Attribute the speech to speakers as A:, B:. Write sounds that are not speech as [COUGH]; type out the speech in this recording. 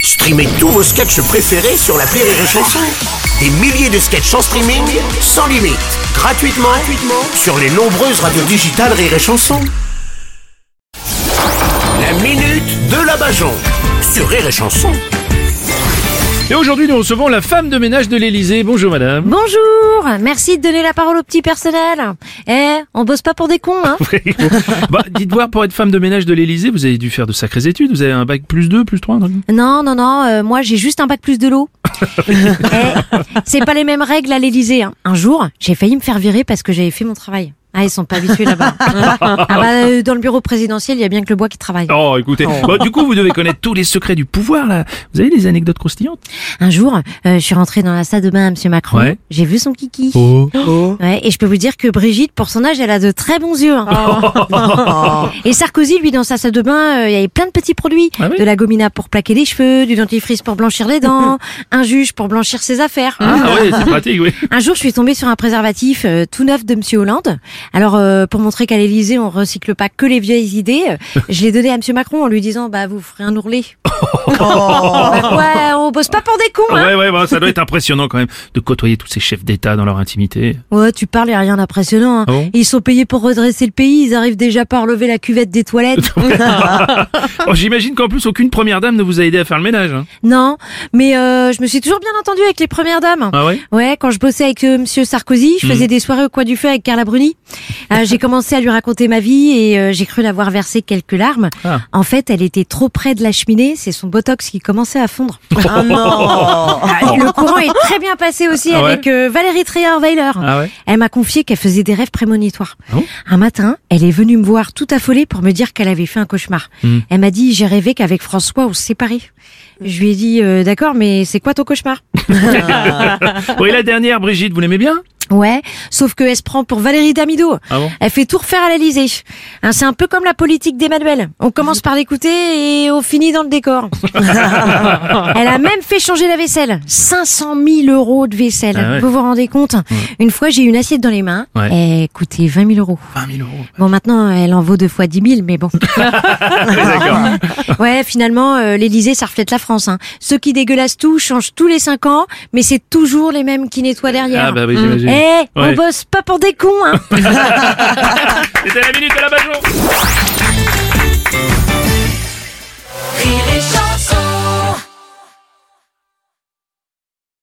A: Streamez tous vos sketchs préférés sur la Rire et Chanson. Des milliers de sketchs en streaming, sans limite, gratuitement, gratuitement sur les nombreuses radios digitales Rire et Chanson. La minute de la Bajon sur Rire et Chanson.
B: Et aujourd'hui, nous recevons la femme de ménage de l'Elysée. Bonjour madame. [LAUGHS]
C: Bonjour, merci de donner la parole au petit personnel. Eh, on bosse pas pour des cons, hein
B: bah, dites moi pour être femme de ménage de l'Elysée, vous avez dû faire de sacrées études. Vous avez un bac plus 2, plus 3
C: Non, non, non, euh, moi j'ai juste un bac plus
B: [LAUGHS]
C: de l'eau. Eh, c'est pas les mêmes règles à l'Elysée. Hein. Un jour, j'ai failli me faire virer parce que j'avais fait mon travail. Ah, ils sont pas habitués
B: [LAUGHS]
C: là-bas. ah bah, euh, dans le bureau présidentiel, il y a bien que le bois qui travaille.
B: Oh, écoutez. Bah, du coup, vous devez connaître tous les secrets du pouvoir, là. Vous avez des anecdotes croustillantes
C: Un jour, euh, je suis rentrée dans la salle de bain à Monsieur Macron.
B: Ouais.
C: J'ai vu son kiki.
B: Oh.
C: Ouais, et je peux vous dire que Brigitte, pour son âge, elle a de très bons yeux. hein.
B: Oh.
C: [LAUGHS] Et Sarkozy, lui, dans sa salle de bain, euh, il y avait plein de petits produits.
B: Ah oui
C: de la gomina pour plaquer les cheveux, du dentifrice pour blanchir
B: [LAUGHS]
C: les dents, un juge pour blanchir ses affaires.
B: Ah ouais, [LAUGHS] c'est pratique, oui.
C: Un jour, je suis tombée sur un préservatif euh, tout neuf de Monsieur Hollande. Alors, euh, pour montrer qu'à l'Élysée, on recycle pas que les vieilles idées, euh, je l'ai donné à Monsieur Macron en lui disant, bah, vous ferez
B: [LAUGHS]
C: un ourlet. [LAUGHS] Bah, ouais, on bosse pas pour des cons, hein.
B: Ouais, ouais, bah, ça doit être impressionnant quand même de côtoyer tous ces chefs d'État dans leur intimité.
C: Ouais, tu parles, y a rien d'impressionnant. hein.
B: Ah bon
C: Ils sont payés pour redresser le pays, ils arrivent déjà pas à relever la cuvette
B: [LAUGHS]
C: des toilettes.
B: Oh, J'imagine qu'en plus, aucune première dame ne vous a aidé à faire le ménage. hein.
C: non, mais euh, je me suis toujours bien entendue avec les premières dames.
B: Ah ouais Mm.
C: Ouais, quand je bossais avec euh, Monsieur Sarkozy, je faisais des soirées au coin du feu avec Carla Bruni.
B: [LAUGHS]
C: Euh, j'ai commencé à lui raconter ma vie et euh, j'ai cru l'avoir versé quelques larmes.
B: Ah.
C: En fait, elle était trop près de la cheminée, c'est son botox qui commençait à fondre. Ah, Le courant est très bien passé aussi
B: Ah ouais
C: avec euh, Valérie Trierweiler.
B: Ah ouais
C: Elle m'a confié qu'elle faisait des rêves prémonitoires.
B: Ah bon
C: un matin, elle est venue me voir tout affolée pour me dire qu'elle avait fait un cauchemar.
B: Hmm.
C: Elle m'a dit j'ai rêvé qu'avec François on se séparait. Je lui ai dit Euh, d'accord, mais c'est quoi ton cauchemar
B: Oui, la dernière, Brigitte, vous l'aimez bien
C: Ouais, sauf que elle se prend pour Valérie Damido.
B: Ah bon
C: Elle fait tout refaire à l'Elysée. Hein, c'est un peu comme la politique d'Emmanuel. On commence par l'écouter et on finit dans le
B: [LAUGHS]
C: décor. elle a même fait changer la vaisselle. 500 000 euros de vaisselle.
B: Ah ouais.
C: Vous vous rendez compte Une fois, j'ai eu une assiette dans les mains.
B: Ouais.
C: Elle coûtait 20 000 euros.
B: 20 000 euros.
C: Bon, maintenant, elle en vaut deux fois 10 000,
B: [LAUGHS]
C: mais bon.
B: D'accord.
C: [LAUGHS] Ouais, finalement, euh, l'Elysée, ça reflète la France. Hein. Ceux qui dégueulassent tout changent tous les cinq ans, mais c'est toujours les mêmes qui nettoient derrière.
B: Ah bah oui, j'imagine.
C: Eh,
B: Ouais.
C: on bosse pas pour des cons, hein
B: C'était la minute de la Bajon